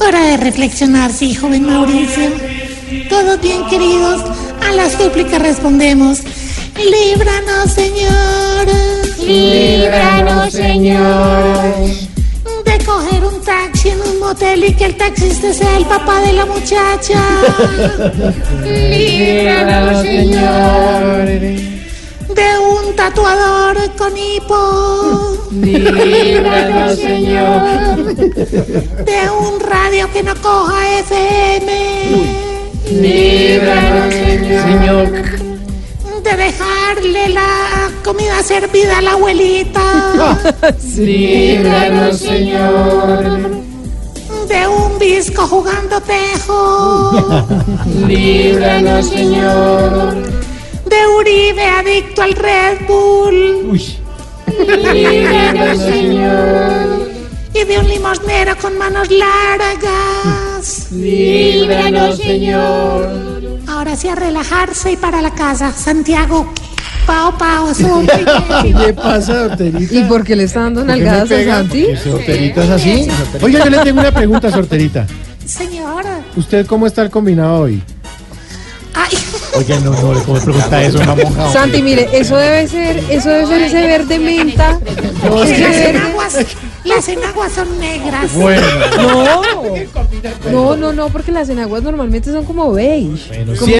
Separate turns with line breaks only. hora de reflexionar, sí, joven Mauricio. Todos bien queridos, a las súplicas respondemos. Líbranos, Señor.
Líbranos, Señor.
De coger un taxi en un motel y que el taxista sea el papá de la muchacha.
Líbranos, Señor.
De un tatuador con hipo.
Líbranos, Señor.
De un radio que no coja FM.
Líbranos, Señor.
De dejarle la comida servida a la abuelita.
Líbranos, Señor.
De un disco jugando tejo.
Líbranos, Señor.
De Uribe adicto al Red Bull.
Líbranos, Señor.
Y de un limosnero con manos largas.
Líbranos, Señor.
Ahora sí a relajarse y para la casa. Santiago, pao, pao, sube.
¿Qué pasa, Sorterita?
¿Y por qué le está dando nalgadas a Santi?
¿Sorterita es así? Oiga, yo le tengo una pregunta, Sorterita.
Señor.
¿Usted cómo está el combinado hoy?
Ay,
Oye, no, no, le puedo preguntar eso a una
Ah,
monja.
Santi, mire, eso debe ser, eso debe ser ese verde menta.
No,
Ese
las
verde-
enaguas, las enaguas son negras.
Bueno,
No, no, no, no, porque las enaguas normalmente son como beige.
bueno,
Como
sí,